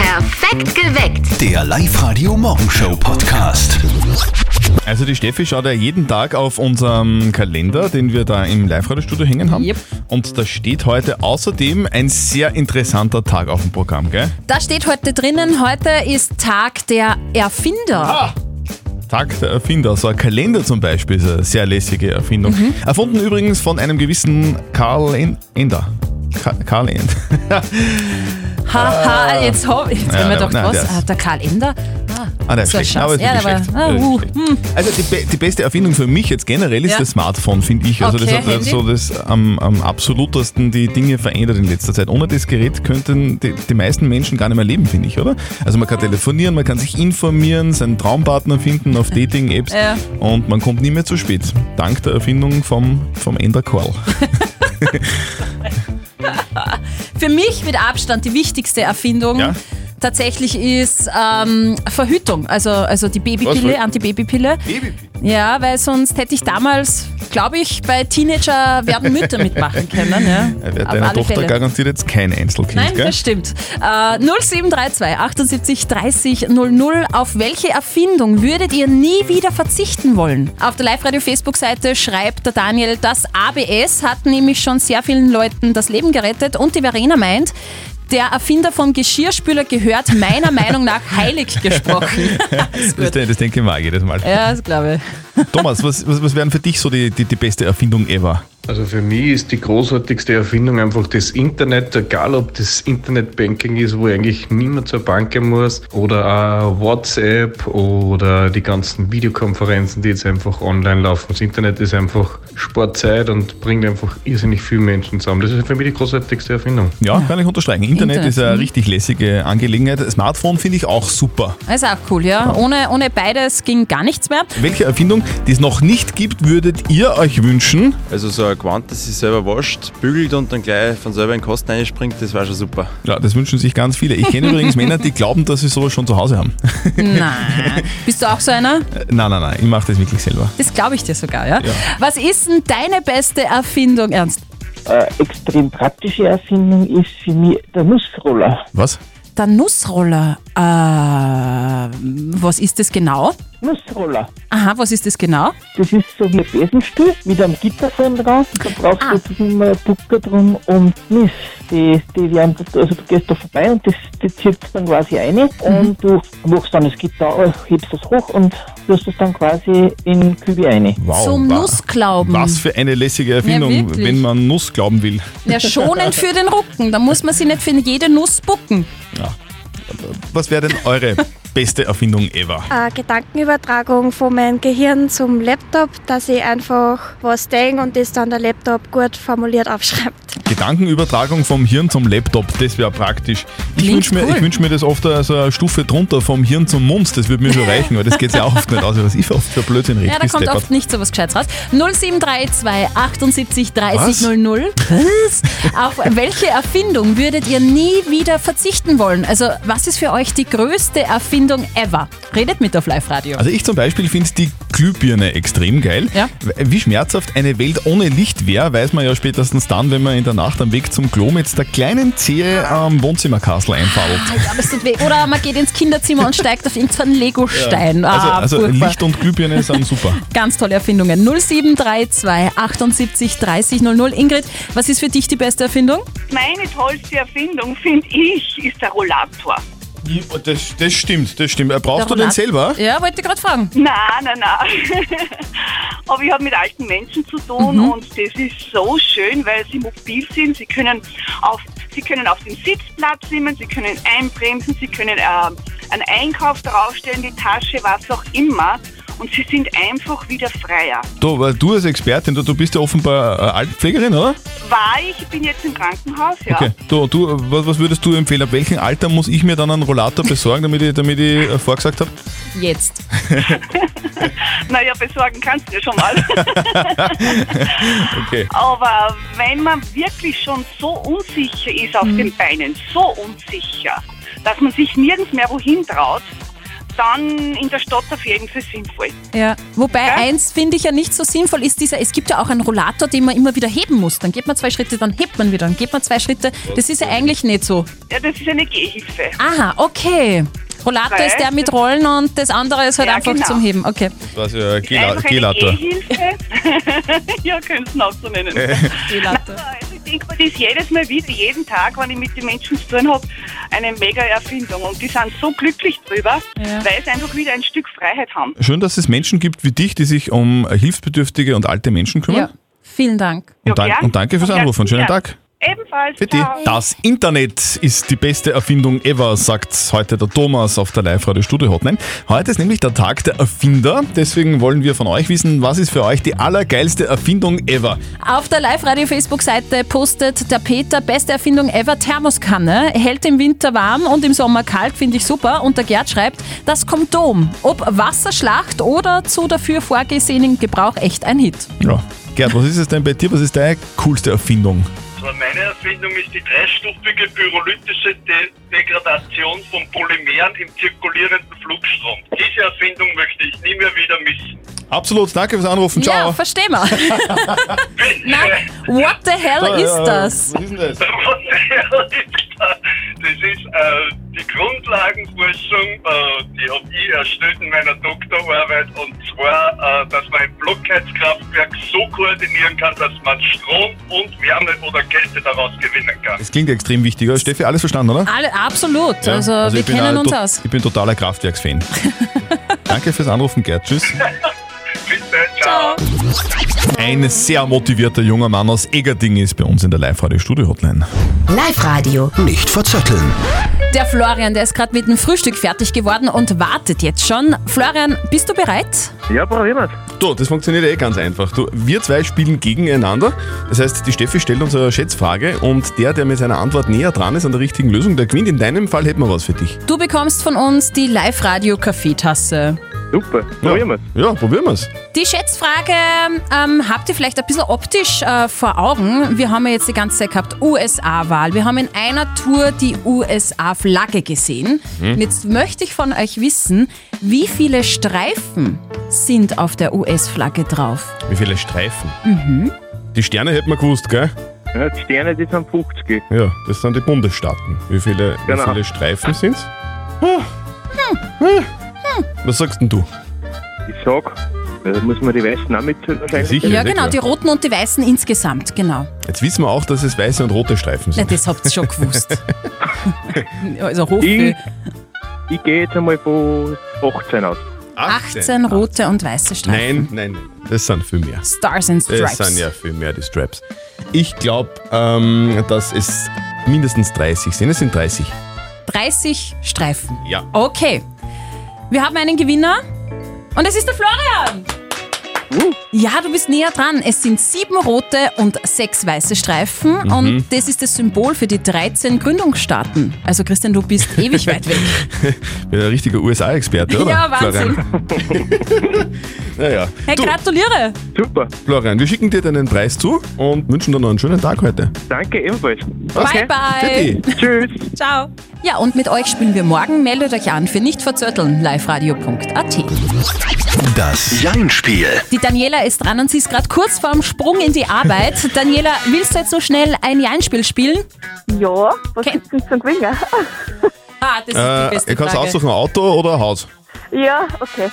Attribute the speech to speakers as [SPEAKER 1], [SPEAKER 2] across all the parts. [SPEAKER 1] Perfekt geweckt.
[SPEAKER 2] Der Live-Radio Morgenshow Podcast.
[SPEAKER 3] Also die Steffi schaut ja jeden Tag auf unserem Kalender, den wir da im Live-Radio-Studio hängen haben.
[SPEAKER 4] Yep.
[SPEAKER 3] Und da steht heute außerdem ein sehr interessanter Tag auf dem Programm, gell?
[SPEAKER 4] Da steht heute drinnen, heute ist Tag der Erfinder.
[SPEAKER 3] Tag der Erfinder, so ein Kalender zum Beispiel, ist eine sehr lässige Erfindung. Erfunden übrigens von einem gewissen Karl En- Ender. Ka- Karl Ender. Ah.
[SPEAKER 4] Haha, jetzt, ho- jetzt haben wir
[SPEAKER 3] der-
[SPEAKER 4] doch
[SPEAKER 3] nein,
[SPEAKER 4] was.
[SPEAKER 3] der ist-
[SPEAKER 4] Ah, der Karl Ender. Ah,
[SPEAKER 3] Ah, der ist
[SPEAKER 4] so ein
[SPEAKER 3] schlecht.
[SPEAKER 4] Schatz.
[SPEAKER 3] Aber ist
[SPEAKER 4] ja,
[SPEAKER 3] wirklich
[SPEAKER 4] der
[SPEAKER 3] schlecht.
[SPEAKER 4] war, ah,
[SPEAKER 3] Der ist
[SPEAKER 4] uh,
[SPEAKER 3] schlecht. Also die, be die beste Erfindung für mich jetzt generell ist
[SPEAKER 4] Ja.
[SPEAKER 3] das Smartphone, finde ich. Also
[SPEAKER 4] Okay,
[SPEAKER 3] das hat
[SPEAKER 4] Handy.
[SPEAKER 3] so das am, am absolutesten die Dinge verändert in letzter Zeit. Ohne das Gerät könnten die, die meisten Menschen gar nicht mehr leben, finde ich, oder? Also man kann telefonieren, man kann sich informieren, seinen Traumpartner finden auf Dating-Apps
[SPEAKER 4] Ja.
[SPEAKER 3] und man kommt nie mehr zu spät. Dank der Erfindung vom, vom Ender Call.
[SPEAKER 4] Für mich mit Abstand die wichtigste Erfindung
[SPEAKER 3] Ja.
[SPEAKER 4] tatsächlich ist ähm, Verhütung. Also, also die
[SPEAKER 3] Was?
[SPEAKER 4] Babypille, Antibabypille. Ja, weil sonst hätte ich damals, glaube ich, bei Teenager werden Mütter mitmachen können. Ja.
[SPEAKER 3] Er wird
[SPEAKER 4] Auf
[SPEAKER 3] deiner
[SPEAKER 4] alle
[SPEAKER 3] Tochter
[SPEAKER 4] Fälle.
[SPEAKER 3] garantiert jetzt kein Einzelkind,
[SPEAKER 4] Nein,
[SPEAKER 3] gell?
[SPEAKER 4] das stimmt. Äh, 0732 78 30 00. Auf welche Erfindung würdet ihr nie wieder verzichten wollen? Auf der Live-Radio-Facebook-Seite schreibt der Daniel, das ABS hat nämlich schon sehr vielen Leuten das Leben gerettet und die Verena meint, der Erfinder von Geschirrspüler gehört meiner Meinung nach heilig gesprochen. ist
[SPEAKER 3] Das,
[SPEAKER 4] gut.
[SPEAKER 3] das denke ich mal jedes Mal.
[SPEAKER 4] Ja, das glaube ich.
[SPEAKER 3] Thomas, was, was, was wären für dich so die, die, die beste Erfindung ever?
[SPEAKER 5] Also für mich ist die großartigste Erfindung einfach das Internet, egal ob das Internetbanking ist, wo ich eigentlich niemand zur Bank gehen muss, oder auch WhatsApp oder die ganzen Videokonferenzen, die jetzt einfach online laufen. Das Internet ist einfach Sportzeit und bringt einfach irrsinnig viele Menschen zusammen. Das ist für mich die großartigste Erfindung.
[SPEAKER 3] Ja, kann ich unterstreichen. Internet,
[SPEAKER 4] Internet,
[SPEAKER 3] ist eine richtig lässige Angelegenheit. Smartphone finde ich auch super.
[SPEAKER 4] Das ist auch cool, ja. Ohne, ohne beides ging gar nichts mehr.
[SPEAKER 3] Welche Erfindung, die es noch nicht gibt, würdet ihr euch wünschen?
[SPEAKER 6] Also so ein Quant, das sich selber wascht, bügelt und dann gleich von selber in den Kosten einspringt, das war schon super.
[SPEAKER 3] Ja, das wünschen sich ganz viele. Ich kenne übrigens Männer, die glauben, dass sie sowas schon zu Hause haben.
[SPEAKER 4] Nein. Bist du auch so einer?
[SPEAKER 3] Äh, Nein, nein, nein, ich mache das wirklich selber.
[SPEAKER 4] Das glaube ich dir sogar, ja?
[SPEAKER 3] Ja.
[SPEAKER 4] Was ist denn deine beste Erfindung, Ernst?
[SPEAKER 7] äh, extrem praktische Erfindung ist für mich der Nussroller.
[SPEAKER 3] Was?
[SPEAKER 4] Der Nussroller. Äh, was ist das genau?
[SPEAKER 7] Nussroller.
[SPEAKER 4] Aha, was ist das genau?
[SPEAKER 7] Das ist so wie ein Besenstiel mit einem Gitterfilm drauf. Da brauchst
[SPEAKER 4] Ah.
[SPEAKER 7] du jetzt immer einen Bucker drum und Nuss. Die, die werden, also du gehst da vorbei und das, die zieht dann quasi ein
[SPEAKER 8] Mhm.
[SPEAKER 7] und du machst dann das Gitter, auf, hebst das hoch und wirst es dann quasi in Kübi rein.
[SPEAKER 3] Wow.
[SPEAKER 4] Zum
[SPEAKER 3] wa-
[SPEAKER 4] Nussglauben.
[SPEAKER 3] Was für eine lässige Erfindung,
[SPEAKER 4] wirklich.
[SPEAKER 3] wenn man Nuss glauben will.
[SPEAKER 4] Ja, schonend für den Rücken. Da muss man sie nicht für jede Nuss bucken.
[SPEAKER 3] Was wäre denn eure beste Erfindung ever?
[SPEAKER 9] eine Gedankenübertragung von meinem Gehirn zum Laptop, dass ich einfach was denke und das dann der Laptop gut formuliert aufschreibt.
[SPEAKER 3] Gedankenübertragung vom Hirn zum Laptop, das wäre praktisch. Ich
[SPEAKER 4] Klingt
[SPEAKER 3] wünsche mir,
[SPEAKER 4] cool.
[SPEAKER 3] ich wünsch mir das oft äh, so eine Stufe drunter vom Hirn zum Mund, das würde mir schon reichen, weil das geht ja auch oft nicht aus, was ich oft für Blödsinn rede.
[SPEAKER 4] Ja, da
[SPEAKER 3] Bist
[SPEAKER 4] kommt
[SPEAKER 3] deppert.
[SPEAKER 4] oft nicht so was Gescheites raus. 0732 78
[SPEAKER 3] Was?
[SPEAKER 4] 30 00. Was? Auf welche Erfindung würdet ihr nie wieder verzichten wollen? Also, was ist für euch die größte Erfindung ever? Redet mit auf Live-Radio.
[SPEAKER 3] Also ich zum Beispiel finde die Glühbirne extrem geil.
[SPEAKER 4] Ja.
[SPEAKER 3] Wie schmerzhaft eine Welt ohne Licht wäre, weiß man ja spätestens dann, wenn man in der Nacht am Weg zum Klo mit der kleinen Zehe am Wohnzimmerkastel einfadelt.
[SPEAKER 4] Ja, aber es tut weh. Oder man geht ins Kinderzimmer und steigt auf irgendeinen Legostein. Ah,
[SPEAKER 3] Also, also
[SPEAKER 4] furchtbar.
[SPEAKER 3] Licht und Glühbirne sind super.
[SPEAKER 4] Ganz tolle Erfindungen. 0732 78 30 00. Ingrid, was ist für dich die beste Erfindung?
[SPEAKER 8] Meine tollste Erfindung, finde ich, ist der Rollator.
[SPEAKER 3] Das, das stimmt, das stimmt. Brauchst
[SPEAKER 4] Der
[SPEAKER 3] du den selber?
[SPEAKER 4] Rollator. Ja, wollte ich gerade fragen.
[SPEAKER 8] Nein, nein, nein. Aber ich habe mit alten Menschen zu tun und das ist so schön, weil sie mobil sind. Sie können auf, sie können auf den Sitzplatz nehmen, sie können einbremsen, sie können ähm, einen Einkauf draufstellen, die Tasche, was auch immer. Und sie sind einfach wieder freier.
[SPEAKER 3] Du, weil du als Expertin, du, du bist ja offenbar äh, Altenpflegerin, oder?
[SPEAKER 8] War ich, ich bin jetzt im Krankenhaus, ja.
[SPEAKER 3] Okay. Du, du, äh, was, was würdest du empfehlen? Ab welchem Alter muss ich mir dann einen Rollator besorgen, damit ich, damit ich äh, vorgesagt habe?
[SPEAKER 4] Jetzt.
[SPEAKER 8] Naja, besorgen kannst du ja schon mal.
[SPEAKER 3] Okay.
[SPEAKER 8] Aber wenn man wirklich schon so unsicher
[SPEAKER 3] Mhm.
[SPEAKER 8] ist auf den Beinen, so unsicher, dass man sich nirgends mehr wohin traut, dann in der Stadt auf jeden Fall sinnvoll.
[SPEAKER 4] Ja. Wobei
[SPEAKER 8] Ja.
[SPEAKER 4] eins finde ich ja nicht so sinnvoll ist dieser, es gibt ja auch einen Rollator, den man immer wieder heben muss. Dann geht man zwei Schritte, dann hebt man wieder, dann geht man zwei Schritte. Das ist ja eigentlich nicht so.
[SPEAKER 8] Ja, das ist eine Gehhilfe.
[SPEAKER 4] Aha, okay. Rollator
[SPEAKER 8] Weil-
[SPEAKER 4] ist der mit Rollen und das andere ist halt
[SPEAKER 8] Ja,
[SPEAKER 4] einfach
[SPEAKER 8] genau.
[SPEAKER 4] zum Heben. Okay.
[SPEAKER 3] Das ist ja äh, Gela-
[SPEAKER 8] Einfach eine
[SPEAKER 3] Gelator.
[SPEAKER 8] Gehhilfe. ja, könntest du auch so nennen.
[SPEAKER 4] Gelator.
[SPEAKER 8] Also ich denke mir, das ist jedes Mal wieder, jeden Tag, wenn ich mit den Menschen zu tun habe, eine mega Erfindung. Und die sind so glücklich drüber,
[SPEAKER 4] Ja.
[SPEAKER 8] weil sie einfach wieder ein Stück Freiheit haben.
[SPEAKER 3] Schön, dass es Menschen gibt wie dich, die sich um hilfsbedürftige und alte Menschen kümmern.
[SPEAKER 4] Ja. Vielen Dank.
[SPEAKER 8] Ja,
[SPEAKER 3] Und, dank-
[SPEAKER 8] gern.
[SPEAKER 3] und danke fürs
[SPEAKER 8] Und
[SPEAKER 3] Anrufen.
[SPEAKER 8] herzlichen
[SPEAKER 3] schönen
[SPEAKER 8] Dank.
[SPEAKER 3] Tag.
[SPEAKER 8] Ebenfalls.
[SPEAKER 3] Bitte.
[SPEAKER 8] ciao.
[SPEAKER 3] Das Internet ist die beste Erfindung ever, sagt heute der Thomas auf der Live-Radio-Studio Hotline. Heute ist nämlich der Tag der Erfinder. Deswegen wollen wir von euch wissen, was ist für euch die allergeilste Erfindung ever?
[SPEAKER 4] Auf der Live-Radio-Facebook-Seite postet der Peter beste Erfindung ever Thermoskanne. Hält im Winter warm und im Sommer kalt, finde ich super. Und der Gerd schreibt, das Kondom. Ob Wasserschlacht oder zu dafür vorgesehenen Gebrauch echt ein Hit.
[SPEAKER 3] Ja. Gerd, was ist es denn bei dir? Was ist deine coolste Erfindung?
[SPEAKER 1] Also meine Erfindung ist die dreistufige pyrolytische De Degradation von Polymeren im zirkulierenden Flugstrom. Diese Erfindung möchte ich nie mehr wieder missen.
[SPEAKER 3] Absolut, danke fürs Anrufen.
[SPEAKER 4] Ja,
[SPEAKER 3] Ciao.
[SPEAKER 4] verstehen wir. Nein, what the hell
[SPEAKER 3] Ja,
[SPEAKER 4] ist das?
[SPEAKER 3] Was ist denn das?
[SPEAKER 1] Das ist äh, die Grundlagenforschung, äh, die habe ich erstellt in meiner Doktorarbeit, und zwar, äh, dass man ein Blockheizkraftwerk so koordinieren kann, dass man Strom und Wärme oder Kälte daraus gewinnen kann.
[SPEAKER 3] Das klingt extrem wichtig. oder? Steffi, alles verstanden, oder?
[SPEAKER 4] Alle, absolut.
[SPEAKER 3] Ja,
[SPEAKER 4] also, wir
[SPEAKER 3] ich bin
[SPEAKER 4] kennen
[SPEAKER 3] auch
[SPEAKER 4] uns
[SPEAKER 3] to-
[SPEAKER 4] aus.
[SPEAKER 3] Ich bin totaler Kraftwerksfan. Danke fürs Anrufen, Gerd. Tschüss.
[SPEAKER 1] Bitte, ciao.
[SPEAKER 3] Ein sehr motivierter junger Mann aus Eggerding ist bei uns in der Live-Radio-Studio-Hotline.
[SPEAKER 10] Live-Radio.
[SPEAKER 2] Nicht verzetteln.
[SPEAKER 4] Der Florian, der ist gerade mit dem Frühstück fertig geworden und wartet jetzt schon. Florian, bist du bereit?
[SPEAKER 1] Ja, probieren wir
[SPEAKER 3] Du, das funktioniert eh ganz einfach. Du, wir zwei spielen gegeneinander. Das heißt, die Steffi stellt uns eine Schätzfrage und der, der mit seiner Antwort näher dran ist an der richtigen Lösung, der gewinnt. In deinem Fall hätten wir was für dich.
[SPEAKER 4] Du bekommst von uns die Live-Radio-Kaffeetasse.
[SPEAKER 1] Super,
[SPEAKER 3] probieren Ja, probieren wir's.
[SPEAKER 4] Die Schätzfrage ähm, habt ihr vielleicht ein bisschen optisch äh, vor Augen. Wir haben ja jetzt die ganze Zeit gehabt USA-Wahl. Wir haben in einer Tour die USA-Flagge gesehen.
[SPEAKER 3] Mhm.
[SPEAKER 4] Und jetzt möchte ich von euch wissen, wie viele Streifen sind auf der US-Flagge drauf?
[SPEAKER 3] Wie viele Streifen?
[SPEAKER 4] Mhm.
[SPEAKER 3] Die Sterne hätten wir gewusst, gell?
[SPEAKER 1] Ja, die Sterne, die sind 50.
[SPEAKER 3] Ja, das sind die Bundesstaaten. Wie viele,
[SPEAKER 1] Genau.
[SPEAKER 3] wie viele Streifen sind's? Ah.
[SPEAKER 4] Hm.
[SPEAKER 3] Was sagst denn du?
[SPEAKER 1] Ich sag, da muss man die Weißen auch mitzählen wahrscheinlich.
[SPEAKER 3] Sicher,
[SPEAKER 4] Ja,
[SPEAKER 3] sehr
[SPEAKER 4] genau,
[SPEAKER 3] klar.
[SPEAKER 4] die roten und die weißen insgesamt, genau.
[SPEAKER 3] Jetzt wissen wir auch, dass es weiße und rote Streifen
[SPEAKER 4] Na,
[SPEAKER 3] sind.
[SPEAKER 4] das habt ihr schon gewusst. also Hofe,
[SPEAKER 1] Ich, ich gehe jetzt einmal von 18 aus.
[SPEAKER 4] 18 rote und weiße Streifen.
[SPEAKER 3] Nein, nein, nein. Das sind viel mehr.
[SPEAKER 4] Stars and
[SPEAKER 3] Das
[SPEAKER 4] Stripes.
[SPEAKER 3] sind ja viel mehr die Straps. Ich glaube, ähm, dass es mindestens 30 sind. Es sind 30.
[SPEAKER 4] 30 Streifen.
[SPEAKER 3] Ja.
[SPEAKER 4] Okay. Wir haben einen Gewinner und es ist der Florian.
[SPEAKER 3] Uh.
[SPEAKER 4] Ja, du bist näher dran. Es sind sieben rote und sechs weiße Streifen
[SPEAKER 3] Mhm.
[SPEAKER 4] und das ist das Symbol für die 13 Gründungsstaaten. Also Christian, du bist ewig weit weg.
[SPEAKER 3] Ich bin ein richtiger USA-Experte, oder?
[SPEAKER 4] Ja, Wahnsinn.
[SPEAKER 3] Florian? naja.
[SPEAKER 4] Hey,
[SPEAKER 3] du,
[SPEAKER 4] gratuliere.
[SPEAKER 1] Super,
[SPEAKER 3] Florian, wir schicken dir deinen Preis zu und wünschen dir noch einen schönen Tag heute.
[SPEAKER 1] danke ebenfalls.
[SPEAKER 4] Bye,
[SPEAKER 3] Tschüssi.
[SPEAKER 4] bye.
[SPEAKER 1] Tschüss.
[SPEAKER 4] Ciao. Ja, und mit euch spielen wir morgen. Meldet euch an für nicht verzötteln. liveradio.at.
[SPEAKER 2] Das Jein-Spiel.
[SPEAKER 4] Die Daniela ist dran und sie ist gerade kurz vorm Sprung in die Arbeit. Daniela, willst du jetzt so schnell ein Jeinspiel spielen?
[SPEAKER 8] Ja, was
[SPEAKER 4] Okay. gibt's
[SPEAKER 8] denn zum Gewinnen?
[SPEAKER 4] Ah, das ist die
[SPEAKER 3] Äh,
[SPEAKER 4] beste
[SPEAKER 3] ihr kannst
[SPEAKER 4] Frage.
[SPEAKER 3] aussuchen, Auto oder Haus.
[SPEAKER 8] Ja, okay.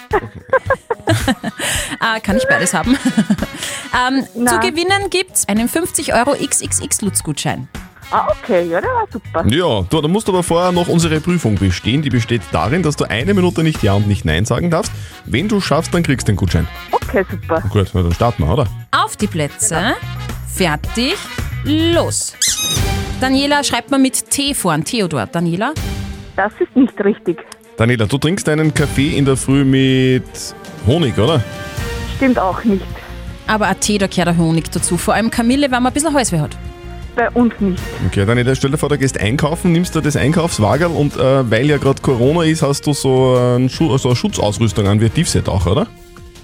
[SPEAKER 4] Ah, kann ich beides haben? ähm, zu gewinnen gibt's einen 50 Euro XXX-Lutz-Gutschein.
[SPEAKER 8] Ah, okay, ja, das war super.
[SPEAKER 3] Ja, du, du musst aber vorher noch unsere Prüfung bestehen. Die besteht darin, dass du eine Minute nicht Ja und nicht Nein sagen darfst. Wenn du schaffst, dann kriegst du den Gutschein.
[SPEAKER 8] Okay, super.
[SPEAKER 3] Gut, na, dann starten wir, oder?
[SPEAKER 4] Auf die Plätze. Fertig. Los. Daniela schreibt man mit T vorn. Theodor. Daniela?
[SPEAKER 8] Das ist nicht richtig.
[SPEAKER 3] Daniela, du trinkst deinen Kaffee in der Früh mit Honig, oder?
[SPEAKER 8] Stimmt auch nicht.
[SPEAKER 4] Aber ein T, da gehört der Honig dazu. Vor allem Kamille, wenn man ein bisschen Halsweh hat.
[SPEAKER 8] Bei uns nicht.
[SPEAKER 3] Okay, Daniela, stell dir vor, du gehst einkaufen, nimmst dir das Einkaufswagerl und äh, weil ja gerade Corona ist, hast du so, äh, einen Schu so eine Schutzausrüstung an wie ein Tiefset auch, oder?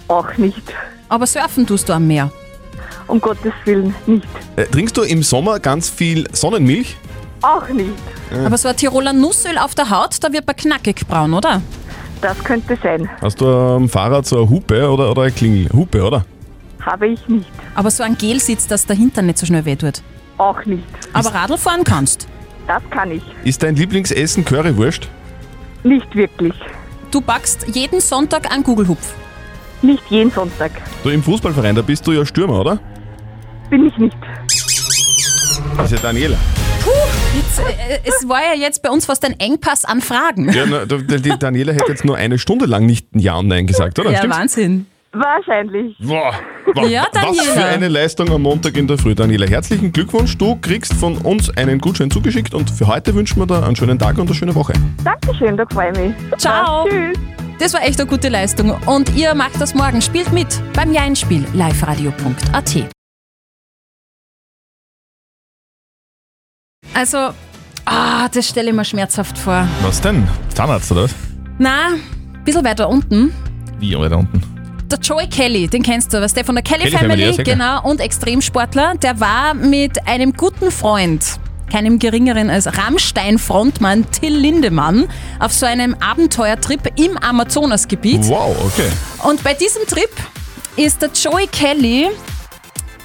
[SPEAKER 8] Auch nicht.
[SPEAKER 4] Aber surfen tust du am Meer.
[SPEAKER 8] Um Gottes Willen nicht.
[SPEAKER 3] Äh, trinkst du im Sommer ganz viel Sonnenmilch?
[SPEAKER 8] Auch nicht.
[SPEAKER 4] Aber so ein Tiroler Nussöl auf der Haut, da wird man knackig braun, oder?
[SPEAKER 8] Das könnte sein.
[SPEAKER 3] Hast du am Fahrrad so eine Hupe oder, oder eine Klingel? Hupe, oder?
[SPEAKER 8] Habe ich nicht.
[SPEAKER 4] Aber so ein Gel sitzt, dass dahinter nicht so schnell weh tut.
[SPEAKER 8] Auch nicht.
[SPEAKER 4] Aber Radl fahren kannst.
[SPEAKER 8] Das kann ich.
[SPEAKER 3] Ist dein Lieblingsessen Currywurst?
[SPEAKER 8] Nicht wirklich.
[SPEAKER 4] Du backst jeden Sonntag einen Gugelhupf.
[SPEAKER 8] Nicht jeden Sonntag.
[SPEAKER 3] Du im Fußballverein, da bist du ja Stürmer, oder?
[SPEAKER 8] Bin ich nicht.
[SPEAKER 3] Das ist ja Daniela.
[SPEAKER 4] Jetzt, äh, es war ja jetzt bei uns fast ein Engpass an Fragen.
[SPEAKER 3] Ja, na, da- die die Daniela hätte jetzt nur eine Stunde lang nicht ein Ja und Nein gesagt, oder?
[SPEAKER 4] Ja,
[SPEAKER 3] Stimmt's?
[SPEAKER 4] Wahnsinn.
[SPEAKER 8] Wahrscheinlich.
[SPEAKER 3] Boah, wa-
[SPEAKER 4] Ja,
[SPEAKER 3] was
[SPEAKER 4] Daniela.
[SPEAKER 3] für eine Leistung am Montag in der Früh, Daniela. Herzlichen Glückwunsch, du kriegst von uns einen Gutschein zugeschickt und für heute wünschen wir dir einen schönen Tag und eine schöne Woche.
[SPEAKER 8] Dankeschön, da freue ich mich.
[SPEAKER 4] Ciao.
[SPEAKER 8] Tschüss.
[SPEAKER 4] Das war echt eine gute Leistung. Und ihr macht das morgen. Spielt mit beim Jein-Spiel. liveradio.at. Also, ah, das stelle ich mir schmerzhaft vor.
[SPEAKER 3] Was denn? Zahnarzt oder was?
[SPEAKER 4] Na, ein bisschen weiter unten.
[SPEAKER 3] Wie weiter unten?
[SPEAKER 4] Der Joey Kelly, den kennst du, was der von der Kelly,
[SPEAKER 3] Kelly
[SPEAKER 4] Family,
[SPEAKER 3] Family, ja, sicher.
[SPEAKER 4] genau, und Extremsportler, der war mit einem guten Freund, keinem geringeren als Rammstein-Frontmann Till Lindemann, auf so einem Abenteuertrip im Amazonasgebiet.
[SPEAKER 3] Wow, okay.
[SPEAKER 4] Und bei diesem Trip ist der Joey Kelly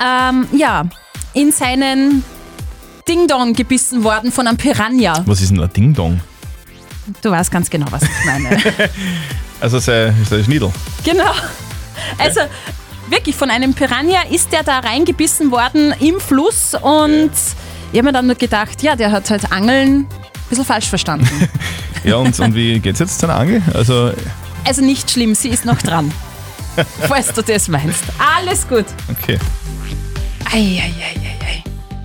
[SPEAKER 4] ähm, ja, in seinen Ding-Dong gebissen worden von einem Piranha.
[SPEAKER 3] Was ist denn ein Ding-Dong?
[SPEAKER 4] Du weißt ganz genau, was ich meine.
[SPEAKER 3] Also sei, sei Schniedel.
[SPEAKER 4] Genau. Also wirklich von einem Piranha ist der da reingebissen worden im Fluss und ich habe mir dann nur gedacht, ja, der hat halt Angeln ein bisschen falsch verstanden.
[SPEAKER 3] Ja, und, und wie geht's jetzt seiner Angel? Also,
[SPEAKER 4] Also nicht schlimm, sie ist noch dran. falls du das meinst. Alles gut.
[SPEAKER 3] okay.
[SPEAKER 4] Eieieiei.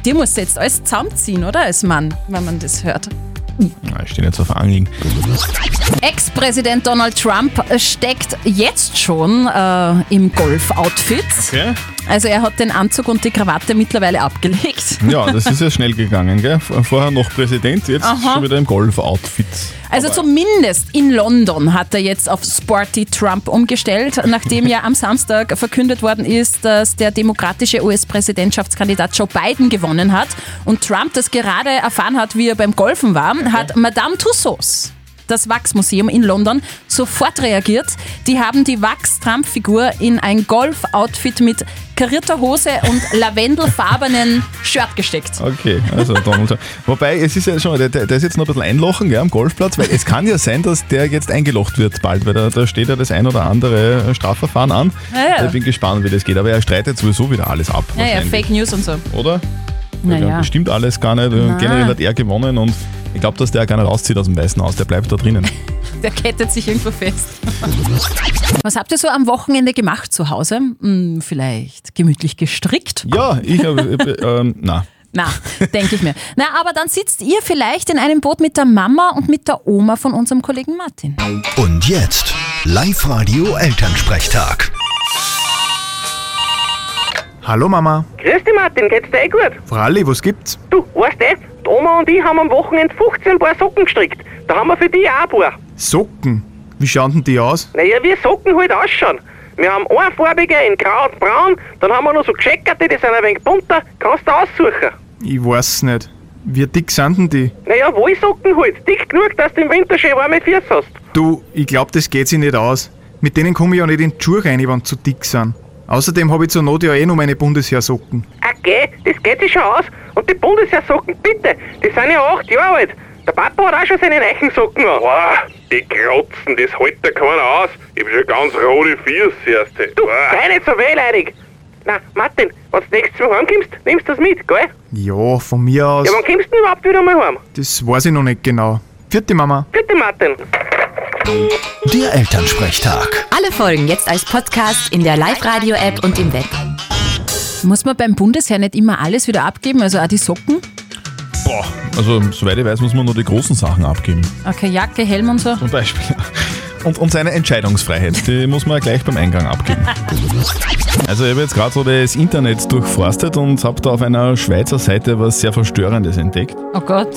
[SPEAKER 4] Dir muss jetzt alles zusammenziehen, oder? Als Mann, wenn man das hört.
[SPEAKER 3] Na, ich stehe jetzt auf Angeln.
[SPEAKER 4] Ex-Präsident Donald Trump steckt jetzt schon äh, im Golf-Outfit.
[SPEAKER 3] Okay.
[SPEAKER 4] Also er hat den Anzug und die Krawatte mittlerweile abgelegt.
[SPEAKER 3] Ja, das ist ja schnell gegangen, gell? Vor- Vorher noch Präsident, jetzt
[SPEAKER 4] Aha.
[SPEAKER 3] schon wieder im Golf-Outfit.
[SPEAKER 4] Also zumindest in London hat er jetzt auf Sporty Trump umgestellt, nachdem ja am Samstag verkündet worden ist, dass der demokratische US-Präsidentschaftskandidat Joe Biden gewonnen hat und Trump das gerade erfahren hat, wie er beim Golfen war, hat Madame Tussauds das Wachsmuseum in London sofort reagiert. Die haben die Wachs-Trump-Figur in ein Golf-Outfit mit karierter Hose und lavendelfarbenen Shirt gesteckt.
[SPEAKER 3] Okay, also Donald Trump. Wobei, es ist ja schon, der, der der ist jetzt noch ein bisschen einlochen gell, am Golfplatz, weil es kann ja sein, dass der jetzt eingelocht wird bald, weil da, da steht ja das ein oder andere Strafverfahren an.
[SPEAKER 4] Ja, ja.
[SPEAKER 3] Ich bin gespannt, wie das geht, aber er streitet sowieso wieder alles ab.
[SPEAKER 4] Naja,
[SPEAKER 3] wahrscheinlich.
[SPEAKER 4] Fake News und so.
[SPEAKER 3] Oder?
[SPEAKER 4] Naja.
[SPEAKER 3] Stimmt alles gar nicht. Äh, Generell hat er gewonnen und ich glaube, dass der gar nicht rauszieht aus dem Weißen Haus, der bleibt da drinnen.
[SPEAKER 4] Der kettet sich irgendwo fest. Was habt ihr so am Wochenende gemacht zu Hause? Hm, vielleicht gemütlich gestrickt?
[SPEAKER 3] Ja, ich habe. Ähm, na.
[SPEAKER 4] Na, denke ich mir. Na, aber dann sitzt ihr vielleicht in einem Boot mit der Mama und mit der Oma von unserem Kollegen Martin.
[SPEAKER 2] Und jetzt Live-Radio Elternsprechtag.
[SPEAKER 5] Hallo Mama.
[SPEAKER 8] Grüß dich, Martin. Geht's dir eh gut?
[SPEAKER 5] Fralli, was gibt's?
[SPEAKER 8] Du, weißt du, die Oma und ich haben am Wochenende 15 Paar Socken gestrickt. Da haben wir für dich auch ein paar.
[SPEAKER 5] Socken. Wie schauen denn die aus?
[SPEAKER 8] Naja, wie Socken halt ausschauen. Wir haben einfarbige in grau und braun, dann haben wir noch so gescheckerte, die sind ein wenig bunter. Kannst du aussuchen.
[SPEAKER 5] Ich weiß nicht. Wie dick sind denn die?
[SPEAKER 8] Naja, Wollsocken halt. Dick genug, dass du im Winter schön warme Füße hast.
[SPEAKER 5] Du, ich glaub, das geht sich nicht aus. Mit denen komme ich ja nicht in die Schuhe rein, wenn sie zu dick sind. Außerdem habe ich zur Not ja eh noch meine Bundesheersocken.
[SPEAKER 8] Okay, das geht sich schon aus. Und die Bundesheersocken, bitte, die sind ja acht Jahre alt. Der Papa hat auch schon seine Eichensocken an.
[SPEAKER 1] Wow, die Kratzen, das hält da keiner aus. Ich bin schon ganz rote Fiers, erste.
[SPEAKER 8] Du, sei nicht so wehleidig. Na, Martin, wenn du nächstes Mal heimkommst, nimmst du das mit, gell?
[SPEAKER 5] Ja, von mir aus.
[SPEAKER 8] Ja, wann kommst du denn überhaupt wieder mal heim?
[SPEAKER 5] Das weiß ich noch nicht genau. Vierte Mama.
[SPEAKER 8] Bitte, Martin.
[SPEAKER 2] Der Elternsprechtag.
[SPEAKER 10] Alle Folgen jetzt als Podcast in der Live-Radio-App und im Web.
[SPEAKER 4] Muss man beim Bundesheer nicht immer alles wieder abgeben, also auch die Socken?
[SPEAKER 3] Boah. Also, soweit ich weiß, muss man nur die großen Sachen abgeben.
[SPEAKER 4] Okay, Jacke, Helm und so.
[SPEAKER 3] Zum Beispiel. Und, und seine Entscheidungsfreiheit, die muss man ja gleich beim Eingang abgeben. Also ich habe jetzt gerade so das Internet durchforstet und habe da auf einer Schweizer Seite was sehr Verstörendes entdeckt.
[SPEAKER 4] Oh Gott.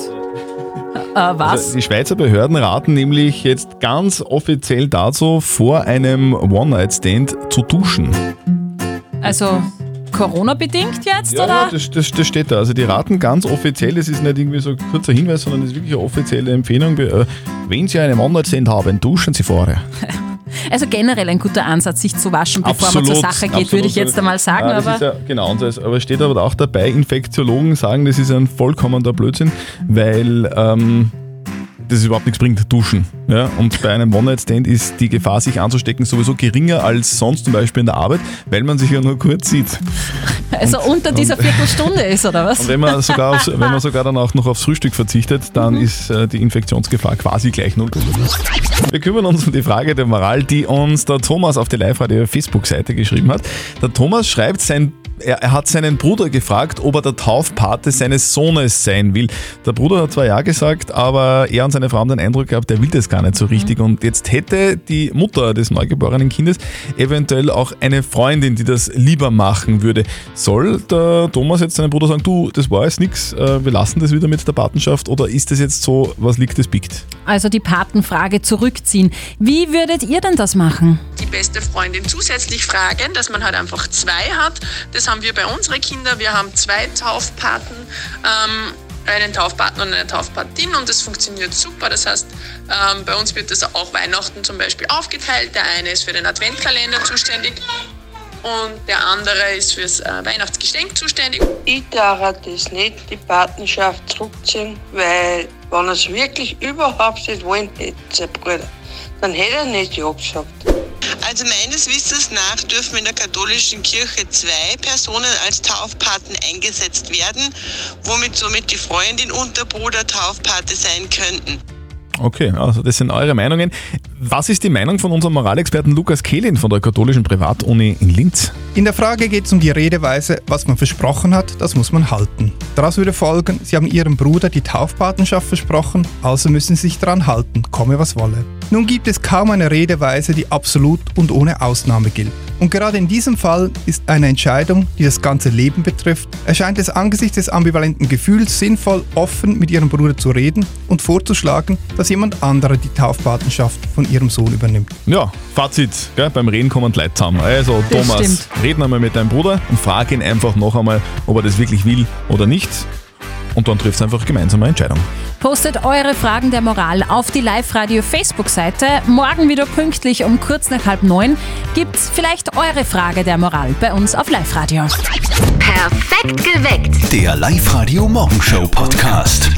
[SPEAKER 4] Äh, was?
[SPEAKER 3] Also die Schweizer Behörden raten nämlich jetzt ganz offiziell dazu, vor einem One-Night-Stand zu duschen.
[SPEAKER 4] Also, Corona-bedingt jetzt,
[SPEAKER 3] Ja, ja
[SPEAKER 4] oder?
[SPEAKER 3] das, das, das steht da. Also die raten ganz offiziell, es ist nicht irgendwie so ein kurzer Hinweis, sondern es ist wirklich eine offizielle Empfehlung. Äh, Wenn Sie einen One-Night-Stand haben, duschen Sie vorher.
[SPEAKER 4] Also generell ein guter Ansatz, sich zu waschen, bevor man zur Sache geht, würde ich jetzt einmal sagen.
[SPEAKER 3] Nein, das
[SPEAKER 4] aber
[SPEAKER 3] ist ja, genau, und das, aber es steht aber auch dabei, Infektiologen sagen, das ist ein vollkommener Blödsinn, weil ähm, das überhaupt nichts bringt, duschen. Ja? Und bei einem One-Night-Stand ist die Gefahr, sich anzustecken, sowieso geringer als sonst zum Beispiel in der Arbeit, weil man sich ja nur kurz sieht.
[SPEAKER 4] also unter dieser Viertelstunde ist, oder was?
[SPEAKER 3] Und wenn man sogar, aufs, wenn man sogar dann auch noch aufs Frühstück verzichtet, dann
[SPEAKER 4] Mhm.
[SPEAKER 3] ist äh, die Infektionsgefahr quasi gleich null. Wir kümmern uns um die Frage der Moral, die uns der Thomas auf die Live-Radio-Facebook-Seite geschrieben hat. Der Thomas schreibt, sein, er, er hat seinen Bruder gefragt, ob er der Taufpate seines Sohnes sein will. Der Bruder hat zwar ja gesagt, aber er und seine Frau haben den Eindruck gehabt, er will das gar nicht so richtig. Und jetzt hätte die Mutter des neugeborenen Kindes eventuell auch eine Freundin, die das lieber machen würde. Soll der Thomas jetzt seinem Bruder sagen, du, das war jetzt nichts, wir lassen das wieder mit der Patenschaft oder ist das jetzt so, was liegt, das biegt?
[SPEAKER 4] Also die Patenfrage zurückziehen. Wie würdet ihr denn das machen?
[SPEAKER 11] die beste Freundin zusätzlich fragen, dass man halt einfach zwei hat. Das haben wir bei unseren Kindern. Wir haben zwei Taufpaten, ähm, einen Taufpaten und eine Taufpatin und das funktioniert super. Das heißt, ähm, bei uns wird das auch Weihnachten zum Beispiel aufgeteilt. Der eine ist für den Adventkalender zuständig. Und der andere ist fürs äh, Weihnachtsgeschenk zuständig.
[SPEAKER 12] Ich darf das nicht, die Patenschaft zurückziehen, weil wenn er es wirklich überhaupt nicht wollen hätte, sein Bruder, dann hätte er nicht ja gesagt.
[SPEAKER 13] Also meines Wissens nach dürfen in der katholischen Kirche zwei Personen als Taufpaten eingesetzt werden, womit somit die Freundin und der Bruder Taufpate sein könnten.
[SPEAKER 3] Okay, also das sind eure Meinungen. Was ist die Meinung von unserem Moralexperten Lukas Kehlin von der katholischen Privatuni in Linz?
[SPEAKER 14] In der Frage geht es um die Redeweise, was man versprochen hat, das muss man halten. Daraus würde folgen, Sie haben Ihrem Bruder die Taufpatenschaft versprochen, also müssen Sie sich daran halten, komme was wolle. Nun gibt es kaum eine Redeweise, die absolut und ohne Ausnahme gilt. Und gerade in diesem Fall ist eine Entscheidung, die das ganze Leben betrifft, erscheint es angesichts des ambivalenten Gefühls sinnvoll, offen mit Ihrem Bruder zu reden und vorzuschlagen, dass jemand anderer die Taufpatenschaft von Ihrem Sohn übernimmt.
[SPEAKER 3] Ja, Fazit, gell? beim Reden kommen die Leute zusammen. Also
[SPEAKER 14] Das
[SPEAKER 3] Thomas,
[SPEAKER 14] stimmt.
[SPEAKER 3] red einmal mit deinem Bruder und frag ihn einfach noch einmal, ob er das wirklich will oder nicht. Und dann trifft es einfach gemeinsame Entscheidung.
[SPEAKER 4] Postet eure Fragen der Moral auf die Live-Radio-Facebook-Seite. Morgen wieder pünktlich um kurz nach halb neun gibt's vielleicht eure Frage der Moral bei uns auf Live-Radio. Perfekt geweckt.
[SPEAKER 2] Der Live-Radio Morgenshow Podcast.